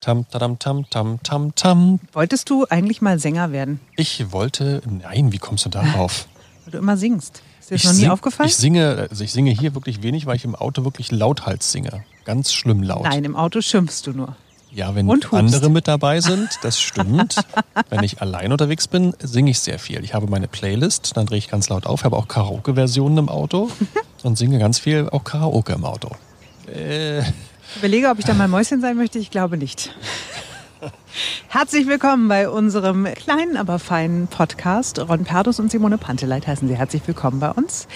Tam, tadam, tam, tam, tam, tam. Wolltest du eigentlich mal Sänger werden, Ich wollte. Nein, wie kommst du darauf? weil du immer singst? Ist dir das Ich noch nie sing- aufgefallen? Ich singe, also ich singe hier wirklich wenig, weil ich im Auto wirklich lauthals singe. Ganz schlimm laut. Nein, im Auto schimpfst du nur. Ja, wenn Und hupst. andere mit dabei sind, das stimmt. wenn ich allein unterwegs bin, singe ich sehr viel. Ich habe meine Playlist, dann drehe ich ganz laut auf, habe auch Karaoke-Versionen im Auto und singe ganz viel auch Karaoke im Auto. Ich überlege, ob ich da mal Mäuschen sein möchte. Ich glaube nicht. Herzlich willkommen bei unserem kleinen, aber feinen Podcast. Ron Perdus und Simone Panteleit heißen Sie herzlich willkommen bei uns.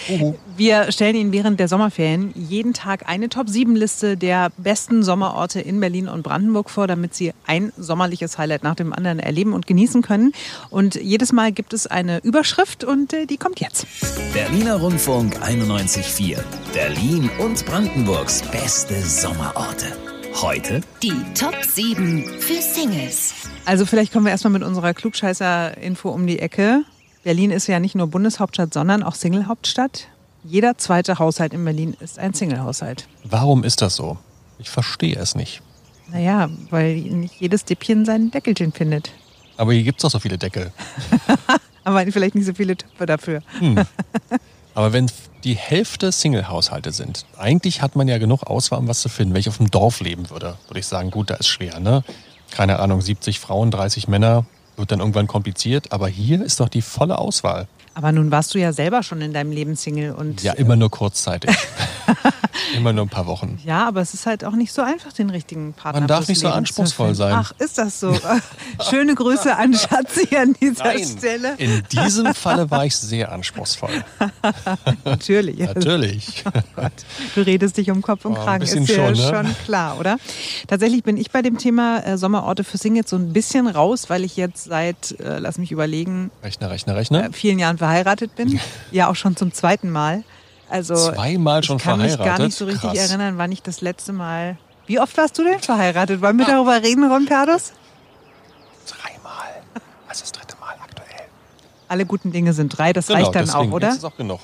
Wir stellen Ihnen während der Sommerferien jeden Tag eine Top-7-Liste der besten Sommerorte in Berlin und Brandenburg vor, damit Sie ein sommerliches Highlight nach dem anderen erleben und genießen können. Und jedes Mal gibt es eine Überschrift und äh, die kommt jetzt. Berliner Rundfunk 91.4. Berlin und Brandenburgs beste Sommerorte. Heute Die Top 7 für Singles. Also vielleicht kommen wir erstmal mit unserer Klugscheißer-Info um die Ecke. Berlin ist ja nicht nur Bundeshauptstadt, sondern auch Single-Hauptstadt. Jeder zweite Haushalt in Berlin ist ein Single-Haushalt. Warum ist das so? Ich verstehe es nicht. Naja, weil nicht jedes Dippchen sein Deckelchen findet. Aber hier gibt es doch so viele Deckel. Aber vielleicht nicht so viele Töpfe dafür. Aber wenn f- die Hälfte Single-Haushalte sind, eigentlich hat man ja genug Auswahl, um was zu finden. Wenn ich auf dem Dorf leben würde, würde ich sagen, gut, da ist schwer, ne? Keine Ahnung, 70 Frauen, 30 Männer, wird dann irgendwann kompliziert. Aber hier ist doch die volle Auswahl. Aber nun warst du ja selber schon in deinem Leben Single und Ja, immer nur kurzzeitig. immer nur ein paar Wochen. Ja, aber es ist halt auch nicht so einfach, den richtigen Partner Man darf fürs nicht so Leben zu anspruchsvoll finden. sein. Ach, ist das so? Schöne Grüße an Schatzi an dieser Stelle. in diesem Falle war ich sehr anspruchsvoll. Natürlich. Natürlich. Du redest dich um Kopf und Ja, ein Kragen, bisschen ist dir schon, schon, ne? klar, oder? Tatsächlich bin ich bei dem Thema äh, Sommerorte für Singles so ein bisschen raus, weil ich jetzt seit, äh, lass mich überlegen, Rechner, rechner, rechner. äh, vielen Jahren verheiratet bin. Ja, auch schon zum zweiten Mal. Also Zweimal schon ich kann mich gar verheiratet? nicht so richtig Krass. erinnern, wann ich das letzte Mal. Wie oft warst du denn verheiratet? Wollen wir darüber reden, Ron Perdus? Dreimal. Also das dritte Mal aktuell. Alle guten Dinge sind drei, das reicht dann Genau, deswegen. auch, oder? Jetzt ist auch genug.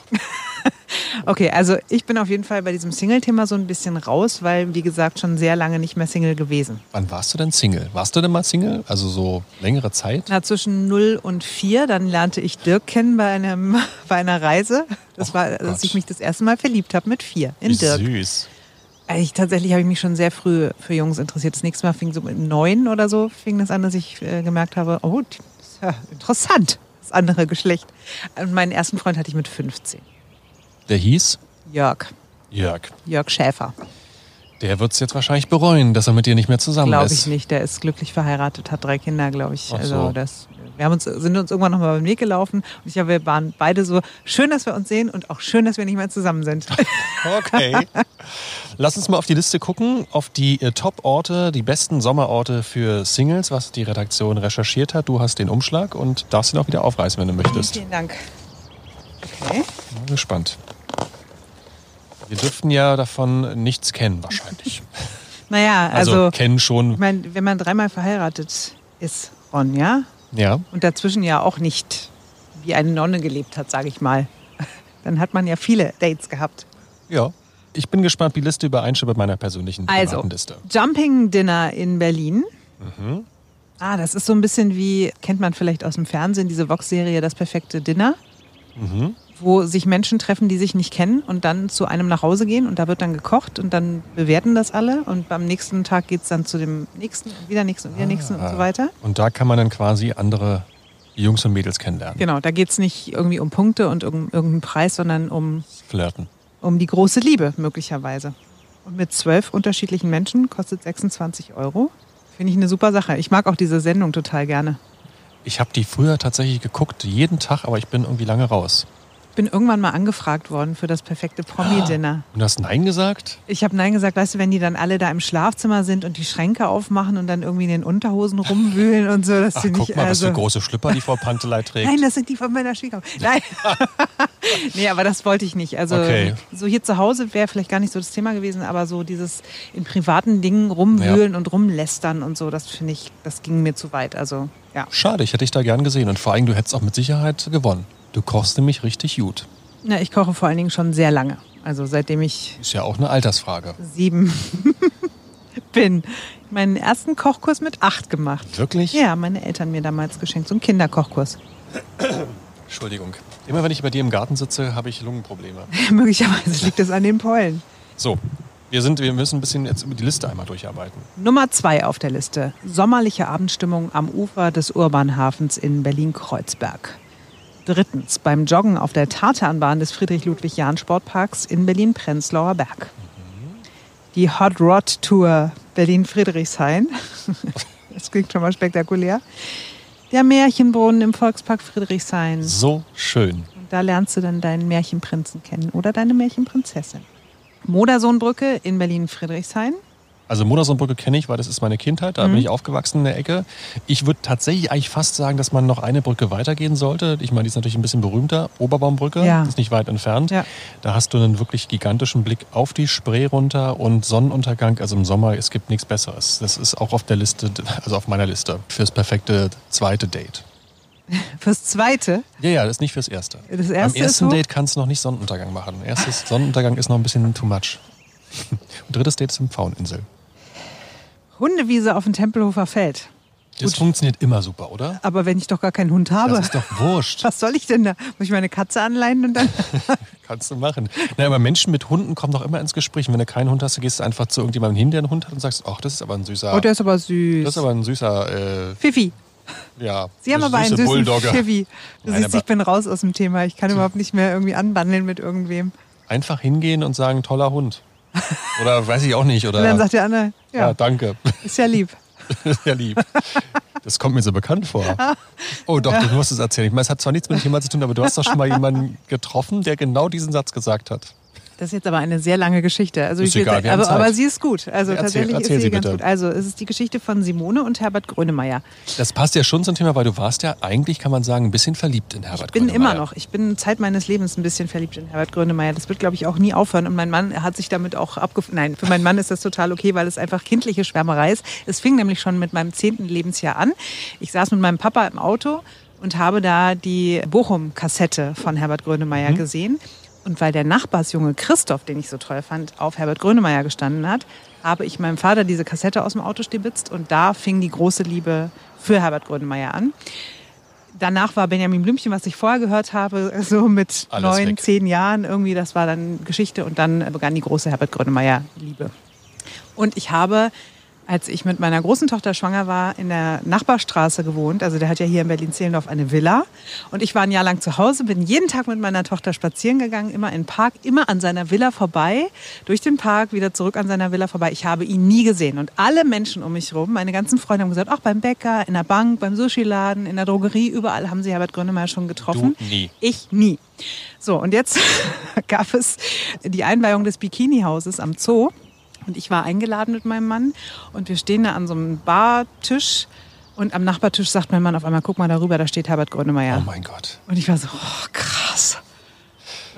Okay, also ich bin auf jeden Fall bei diesem Single-Thema so ein bisschen raus, weil, wie gesagt, schon sehr lange nicht mehr Single gewesen. Wann warst du denn Single? Warst du denn mal Single? Also so längere Zeit? Na, zwischen 0 und 4, dann lernte ich Dirk kennen bei, einem, bei einer Reise. Das Och war, also, dass Gott. ich mich das erste Mal verliebt habe mit 4 in Wie Dirk. süß. Also ich, tatsächlich habe ich mich schon sehr früh für Jungs interessiert. Das nächste Mal fing so mit 9 oder so, fing das an, dass ich äh, gemerkt habe, oh, die- ist ja interessant, das andere Geschlecht. Und meinen ersten Freund hatte ich mit 15, Der hieß Jörg, Jörg. Jörg Schäfer. Der wird es jetzt wahrscheinlich bereuen, dass er mit dir nicht mehr zusammen Glaube ist. ich nicht. Der ist glücklich verheiratet, hat drei Kinder, glaube ich. Ach Also so. das, wir haben uns, sind uns irgendwann nochmal beim Weg gelaufen und ich glaube, wir waren beide so schön, dass wir uns sehen und auch schön, dass wir nicht mehr zusammen sind. Okay. Lass uns mal auf die Liste gucken, auf die äh, Top-Orte, die besten Sommerorte für Singles, was die Redaktion recherchiert hat. Du hast den Umschlag und darfst ihn auch wieder aufreißen, wenn du möchtest. Vielen Dank. Okay. Bin gespannt. Wir dürften ja davon nichts kennen, wahrscheinlich. Naja, Also, also, kennen ich schon, meine, wenn man dreimal verheiratet ist, Ron, ja, ja. und dazwischen ja auch nicht wie eine Nonne gelebt hat, sage ich mal, dann hat man ja viele Dates gehabt. Ja. Ich bin gespannt, wie die Liste übereinstimmt mit meiner persönlichen Also, privaten Liste. Jumping Dinner in Berlin. Ah, das ist so ein bisschen wie, kennt man vielleicht aus dem Fernsehen, diese Vox-Serie Das perfekte Dinner, wo sich Menschen treffen, die sich nicht kennen und dann zu einem nach Hause gehen und da wird dann gekocht und dann bewerten das alle und am nächsten Tag geht es dann zu dem nächsten und wieder nächsten und wieder nächsten und so weiter. Ah. Und da kann man dann quasi andere Jungs und Mädels kennenlernen. Genau, da geht es nicht irgendwie um Punkte und um irgendeinen Preis, sondern um, Flirten. um die große Liebe möglicherweise. Und mit zwölf unterschiedlichen Menschen kostet 26 Euro. Finde ich eine super Sache. Ich mag auch diese Sendung total gerne. Ich habe die früher tatsächlich geguckt, jeden Tag, aber ich bin irgendwie lange raus. Ich bin irgendwann mal angefragt worden für das perfekte Promi-Dinner. Und du hast Nein gesagt? Ich habe Nein gesagt, weißt du, wenn die dann alle da im Schlafzimmer sind und die Schränke aufmachen und dann irgendwie in den Unterhosen rumwühlen und so, dass Ach, die guck nicht. mal, was also, für große Schlüpper die Frau Pantelei trägt. Nein, das sind die von meiner Schwiegermutter. Nein. nee, aber das wollte ich nicht. Also Okay. so hier zu Hause wäre vielleicht gar nicht so das Thema gewesen, aber so dieses in privaten Dingen rumwühlen und rumlästern und so, das finde ich, das ging mir zu weit. Also ja. Schade, ich hätte dich da gern gesehen. Und vor allem, du hättest auch mit Sicherheit gewonnen. Du kochst nämlich richtig gut. Na, ich koche vor allen Dingen schon sehr lange. Also seitdem ich Ist ja auch eine Altersfrage. sieben bin. Meinen ersten Kochkurs mit acht gemacht. Wirklich? Ja, meine Eltern mir damals geschenkt, so einen Kinderkochkurs. Entschuldigung. Immer wenn ich bei dir im Garten sitze, habe ich Lungenprobleme. Möglicherweise liegt es an den Pollen. So, wir, sind, wir müssen ein bisschen jetzt über die Liste einmal durcharbeiten. Nummer zwei auf der Liste. Sommerliche Abendstimmung am Ufer des Urbanhafens in Berlin-Kreuzberg. Drittens, beim Joggen auf der Tartanbahn des Friedrich-Ludwig-Jahn-Sportparks in Berlin-Prenzlauer Berg. Die Hot Rod Tour Berlin-Friedrichshain. Das klingt schon mal spektakulär. Der Märchenbrunnen im Volkspark Friedrichshain. So schön. Und da lernst du dann deinen Märchenprinzen kennen oder deine Märchenprinzessin. Modersohnbrücke in Berlin-Friedrichshain. Also Modersohnbrücke kenne ich, weil das ist meine Kindheit. Da Mhm. bin ich aufgewachsen in der Ecke. Ich würde tatsächlich eigentlich fast sagen, dass man noch eine Brücke weitergehen sollte. Ich meine, die ist natürlich ein bisschen berühmter. Oberbaumbrücke Ja. ist nicht weit entfernt. Ja. Da hast du einen wirklich gigantischen Blick auf die Spree runter und Sonnenuntergang. Also im Sommer, es gibt nichts Besseres. Das ist auch auf der Liste, also auf meiner Liste fürs perfekte zweite Date. Fürs Zweite, Ja, ja, das ist nicht fürs erste. Das erste Am ist ersten hoch? Date kannst du noch nicht Sonnenuntergang machen. Erstes Sonnenuntergang ist noch ein bisschen too much. Und drittes Date ist im Pfaueninsel. Hundewiese auf dem Tempelhofer Feld. Das funktioniert immer super, oder? Aber wenn ich doch gar keinen Hund habe, Das ist doch wurscht. was soll ich denn da? Muss ich meine Katze anleinen und dann. Kannst du machen. Na, aber Menschen mit Hunden kommen doch immer ins Gespräch. Und wenn du keinen Hund hast, du gehst einfach zu irgendjemandem hin, der einen Hund hat und sagst, ach, das ist aber ein süßer, Oh, der ist aber süß. das ist aber ein süßer, äh, Fifi. ja, Sie haben eine aber einen süße süßen Bulldogge. Fifi. Du Nein, siehst, aber- ich bin raus aus dem Thema. Ich kann überhaupt nicht mehr irgendwie anbandeln mit irgendwem. Einfach hingehen und sagen, toller Hund. Oder weiß ich auch nicht. Oder, Und dann sagt der andere, ja, ja, danke. ist ja lieb. ja lieb. Das kommt mir so bekannt vor. Oh doch, du musst es erzählen. Ich meine, es hat zwar nichts mit dem Thema zu tun, aber du hast doch schon mal jemanden getroffen, der genau diesen Satz gesagt hat. Das ist jetzt aber eine sehr lange Geschichte. Also Ist ich will egal, sagen, wir haben aber, Zeit. aber sie ist gut. Also Erzähl- tatsächlich erzähl ist sie sie ganz bitte. gut. Also es ist die Geschichte von Simone und Herbert Grönemeyer. Das passt ja schon zum Thema, weil du warst ja eigentlich, kann man sagen, ein bisschen verliebt in Herbert Ich bin Grönemeyer. immer noch, ich bin Zeit meines Lebens ein bisschen verliebt in Herbert Grönemeyer. Das wird, glaube ich, auch nie aufhören. Und mein Mann hat sich damit auch abgef... Nein, für meinen Mann ist das total okay, weil es einfach kindliche Schwärmerei ist. Es fing nämlich schon mit meinem zehnten Lebensjahr an. Ich saß mit meinem Papa im Auto und habe da die Bochum-Kassette von Herbert Mhm. Grönemeyer gesehen. Und weil der Nachbarsjunge Christoph, den ich so toll fand, auf Herbert Grönemeyer gestanden hat, habe ich meinem Vater diese Kassette aus dem Auto stibitzt und da fing die große Liebe für Herbert Grönemeyer an. Danach war Benjamin Blümchen, was ich vorher gehört habe, so mit Alles neun, weg. zehn Jahren irgendwie, das war dann Geschichte und dann begann die große Herbert Grönemeyer-Liebe. Und ich habe, als ich mit meiner großen Tochter schwanger war, in der Nachbarstraße gewohnt. Also der hat ja hier in Berlin-Zehlendorf eine Villa. Und ich war ein Jahr lang zu Hause, bin jeden Tag mit meiner Tochter spazieren gegangen, immer in den Park, immer an seiner Villa vorbei, durch den Park, wieder zurück an seiner Villa vorbei. Ich habe ihn nie gesehen. Und alle Menschen um mich rum, meine ganzen Freunde haben gesagt, auch beim Bäcker, in der Bank, beim Sushi-Laden, in der Drogerie, überall haben sie Herbert Grönemeyer schon getroffen. Du nie. Ich nie. So, und jetzt gab es die Einweihung des Bikini-Hauses am Zoo. Und ich war eingeladen mit meinem Mann. Und wir stehen da an so einem Bartisch. Und am Nachbartisch sagt mein Mann auf einmal, guck mal darüber, da steht Herbert Oh Grönemeyer. mein Gott. und ich war so, oh, krass.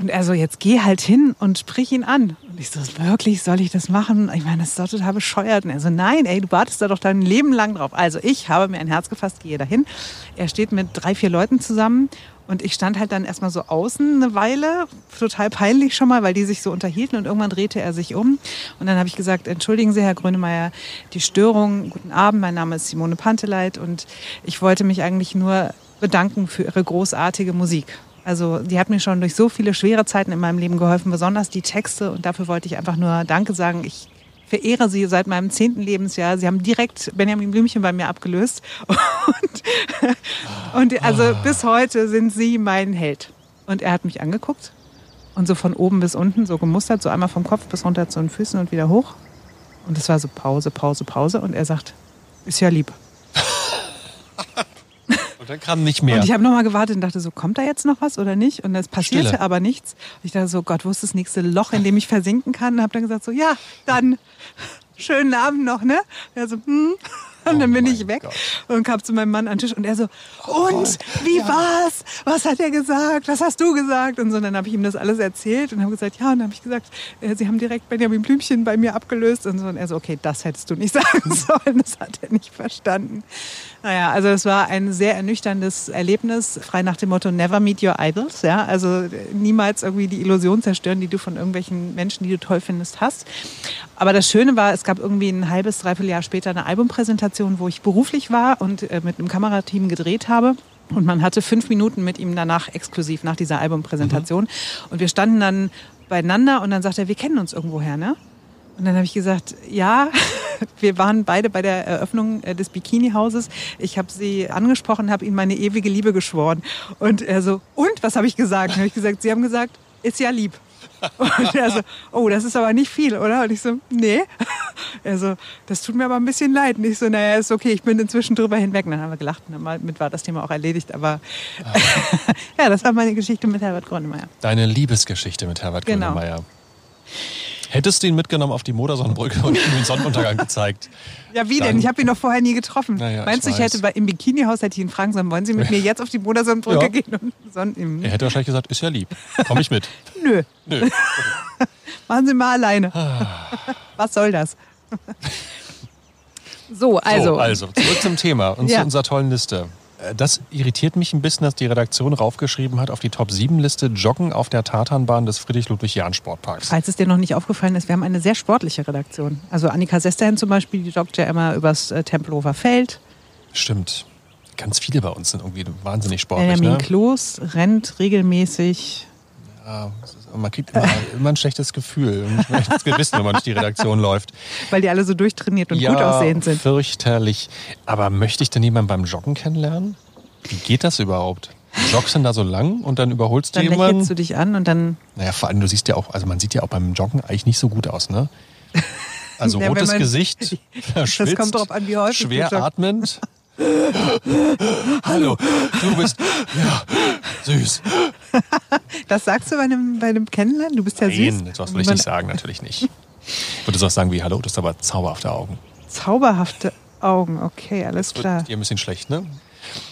Und er so, jetzt geh halt hin und sprich ihn an. Und ich so, wirklich, soll ich das machen? Ich meine, das ist doch total bescheuert. Und er so, nein, ey, du wartest da doch dein Leben lang drauf. Also ich habe mir ein Herz gefasst, gehe dahin. Er steht mit drei, vier Leuten zusammen. Und ich stand halt dann erstmal so außen eine Weile, total peinlich schon mal, weil die sich so unterhielten und irgendwann drehte er sich um. Und dann habe ich gesagt, entschuldigen Sie, Herr Grönemeyer, die Störung. Guten Abend, mein Name ist Simone Panteleit und ich wollte mich eigentlich nur bedanken für Ihre großartige Musik. Also die hat mir schon durch so viele schwere Zeiten in meinem Leben geholfen, besonders die Texte. Und dafür wollte ich einfach nur Danke sagen. Ich verehre sie seit meinem zehnten Lebensjahr. Sie haben direkt Benjamin Blümchen bei mir abgelöst. Und, und also bis heute sind sie mein Held. Und er hat mich angeguckt und so von oben bis unten so gemustert, so einmal vom Kopf bis runter zu den Füßen und wieder hoch. Und es war so Pause, Pause, Pause. Und er sagt, ist ja lieb. Und dann kam nicht mehr. Und ich habe nochmal gewartet und dachte so, kommt da jetzt noch was oder nicht? Und es passierte Stille. aber nichts. Und ich dachte so, Gott, wo ist das nächste Loch, in dem ich versinken kann? Und habe dann gesagt so, ja, dann schönen Abend noch, ne? Und er so, hm. Und dann bin Oh mein ich weg Gott. Oh und kam zu meinem Mann an den Tisch und er so, und, wie war's? Was hat er gesagt? Was hast du gesagt? Und so, und dann habe ich ihm das alles erzählt und habe gesagt, ja, und dann habe ich gesagt, äh, sie haben direkt Benjamin Blümchen bei mir abgelöst und so. Und er so, okay, das hättest du nicht sagen sollen, das hat er nicht verstanden. Naja, also es war ein sehr ernüchterndes Erlebnis, frei nach dem Motto, never meet your idols, ja, also äh, niemals irgendwie die Illusion zerstören, die du von irgendwelchen Menschen, die du toll findest, hast. Aber das Schöne war, es gab irgendwie ein halbes, dreiviertel Jahr später eine Albumpräsentation, wo ich beruflich war und äh, mit einem Kamerateam gedreht habe. Und man hatte fünf Minuten mit ihm danach exklusiv nach dieser Albumpräsentation. Und wir standen dann beieinander und dann sagte er, wir kennen uns irgendwoher, ne? Und dann habe ich gesagt, ja, wir waren beide bei der Eröffnung äh, des Bikini-Hauses. Ich habe sie angesprochen, habe ihm meine ewige Liebe geschworen. Und er so, und was habe ich gesagt? Und habe ich gesagt, sie haben gesagt, ist ja lieb. Und er so, oh, das ist aber nicht viel, oder? Und ich so, nee. Er so, das tut mir aber ein bisschen leid. Und ich so, naja, ist okay, ich bin inzwischen drüber hinweg. Und dann haben wir gelacht und damit war das Thema auch erledigt. Aber ja, das war meine Geschichte mit Herbert Grönemeyer. Deine Liebesgeschichte mit Herbert Genau. Grönemeyer. Hättest du ihn mitgenommen auf die Modersonnenbrücke und ihm den Sonnenuntergang gezeigt? Ja, wie Dann- denn? Ich habe ihn noch vorher nie getroffen. Naja, ich Meinst du, ich weiß. hätte bei, im Bikinihaus hätte ich ihn fragen sollen, wollen Sie mit mir jetzt auf die Modersonnenbrücke Ja. gehen? Und Sonnen im, Er hätte wahrscheinlich gesagt, ist ja lieb. Komm ich mit. Nö, Nö. machen Sie mal alleine. Ah. Was soll das? so, also. So, also, zurück zum Thema und Ja. zu unserer tollen Liste. Äh, Das irritiert mich ein bisschen, dass die Redaktion raufgeschrieben hat auf die Top-7-Liste Joggen auf der Tatanbahn des Friedrich-Ludwig-Jahn-Sportparks. Falls es dir noch nicht aufgefallen ist, wir haben eine sehr sportliche Redaktion. Also Annika Sesterhin zum Beispiel, die joggt ja immer übers äh, Tempelhofer Feld. Stimmt. Ganz viele bei uns sind irgendwie wahnsinnig sportlich. Benjamin Ne? Kloß rennt regelmäßig. Ja, es ist- man kriegt immer, immer ein schlechtes Gefühl, ein schlechtes Gewissen, wenn man durch die Redaktion läuft. Weil die alle so durchtrainiert und ja, gut aussehend sind. fürchterlich. Aber möchte ich denn jemanden beim Joggen kennenlernen? Wie geht das überhaupt? Joggst denn da so lang und dann überholst Dann du jemanden? lächelst du dich an und dann Naja, vor allem, du siehst ja auch, also man sieht ja auch beim Joggen eigentlich nicht so gut aus, ne? Also Ja, wenn rotes man- Gesicht, verschwitzt, kommt drauf an, wie häufig du schwer joggst. atmend. Hallo, du bist ja süß. Das sagst du bei einem, bei einem Kennenlernen? Du bist ja süß. Nein, das würde ich nicht sagen, natürlich nicht. Würde du auch sagen wie Hallo, das ist aber zauberhafte Augen. Zauberhafte Augen, okay, alles Wird klar. dir ein bisschen schlecht, ne?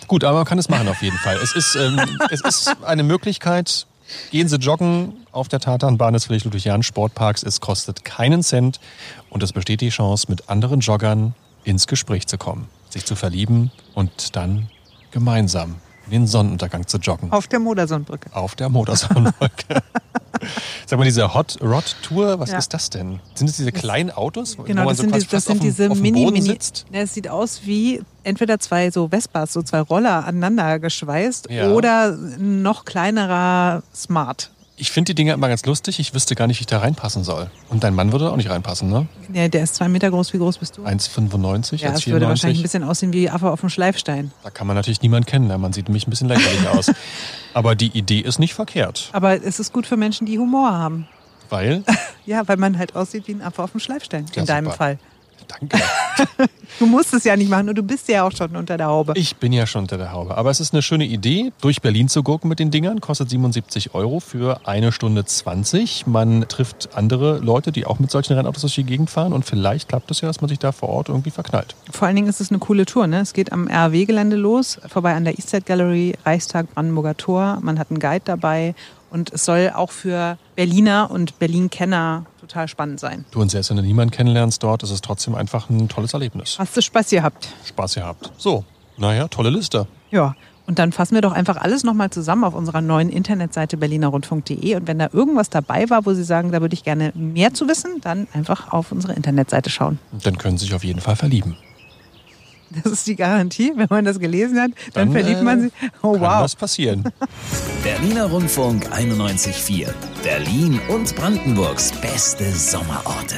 Gut, aber man kann es machen auf jeden Fall. Es ist, ähm, es ist eine Möglichkeit. Gehen Sie joggen auf der Tatanbahn des Friedrich-Ludwig-Jahn-Sportparks. Es kostet keinen Cent und es besteht die Chance, mit anderen Joggern ins Gespräch zu kommen, sich zu verlieben und dann gemeinsam in den Sonnenuntergang zu joggen. Auf der Modersohnbrücke. Auf der Motorsoundwolke. Sag mal, diese Hot Rod Tour, was Ja. ist das denn? Sind es diese kleinen Autos, Genau, das sind, quasi die, das fast auf sind dem- diese auf dem mini Boden mini sitzt? Ne, Es sieht aus wie entweder zwei so Vespas, so zwei Roller aneinander geschweißt Ja. oder ein noch kleinerer Smart. Ich finde die Dinger immer ganz lustig. Ich wüsste gar nicht, wie ich da reinpassen soll. Und dein Mann würde da auch nicht reinpassen, ne? Ne, der ist zwei Meter groß. Wie groß bist Ah, du? 1,95, ja, das würde wahrscheinlich 1,94. ein bisschen aussehen wie Affe auf dem Schleifstein. Da kann man natürlich niemand kennen. ne? Man sieht nämlich ein bisschen lächerlich aus. Aber die Idee ist nicht verkehrt, Aber es ist gut für Menschen, die Humor haben. weil. Ja, weil man halt aussieht wie ein Affe auf dem Schleifstein. Ja, in deinem super. Fall. Danke. Du musst es ja nicht machen und du bist ja auch schon unter der Haube. Ich bin ja schon unter der Haube. Aber es ist eine schöne Idee, durch Berlin zu gucken mit den Dingern. Kostet 77 Euro für eine Stunde 20. Man trifft andere Leute, die auch mit solchen Rennautos durch die Gegend fahren. Und vielleicht klappt es ja, dass man sich da vor Ort irgendwie verknallt. Vor allen Dingen ist es eine coole Tour. Ne? Es geht am RW-Gelände los, vorbei an der Eastside Gallery, Reichstag, Brandenburger Tor. Man hat einen Guide dabei und es soll auch für Berliner und Berlin-Kenner total spannend sein. Du und selbst wenn du niemanden kennenlernst dort, ist es trotzdem einfach ein tolles Erlebnis. Hast du Spaß gehabt? Spaß gehabt. So, naja, tolle Liste. Ja. Und dann fassen wir doch einfach alles nochmal zusammen auf unserer neuen Internetseite berlinerrundfunk.de. Und wenn da irgendwas dabei war, wo Sie sagen, da würde ich gerne mehr zu wissen, dann einfach auf unsere Internetseite schauen. Und Dann können Sie sich auf jeden Fall verlieben. Das ist die Garantie. Wenn man das gelesen hat, dann, Dann, verliebt äh, man sich. Oh, Kann wow. was passieren? Berliner Rundfunk 91.4. Berlin und Brandenburgs beste Sommerorte.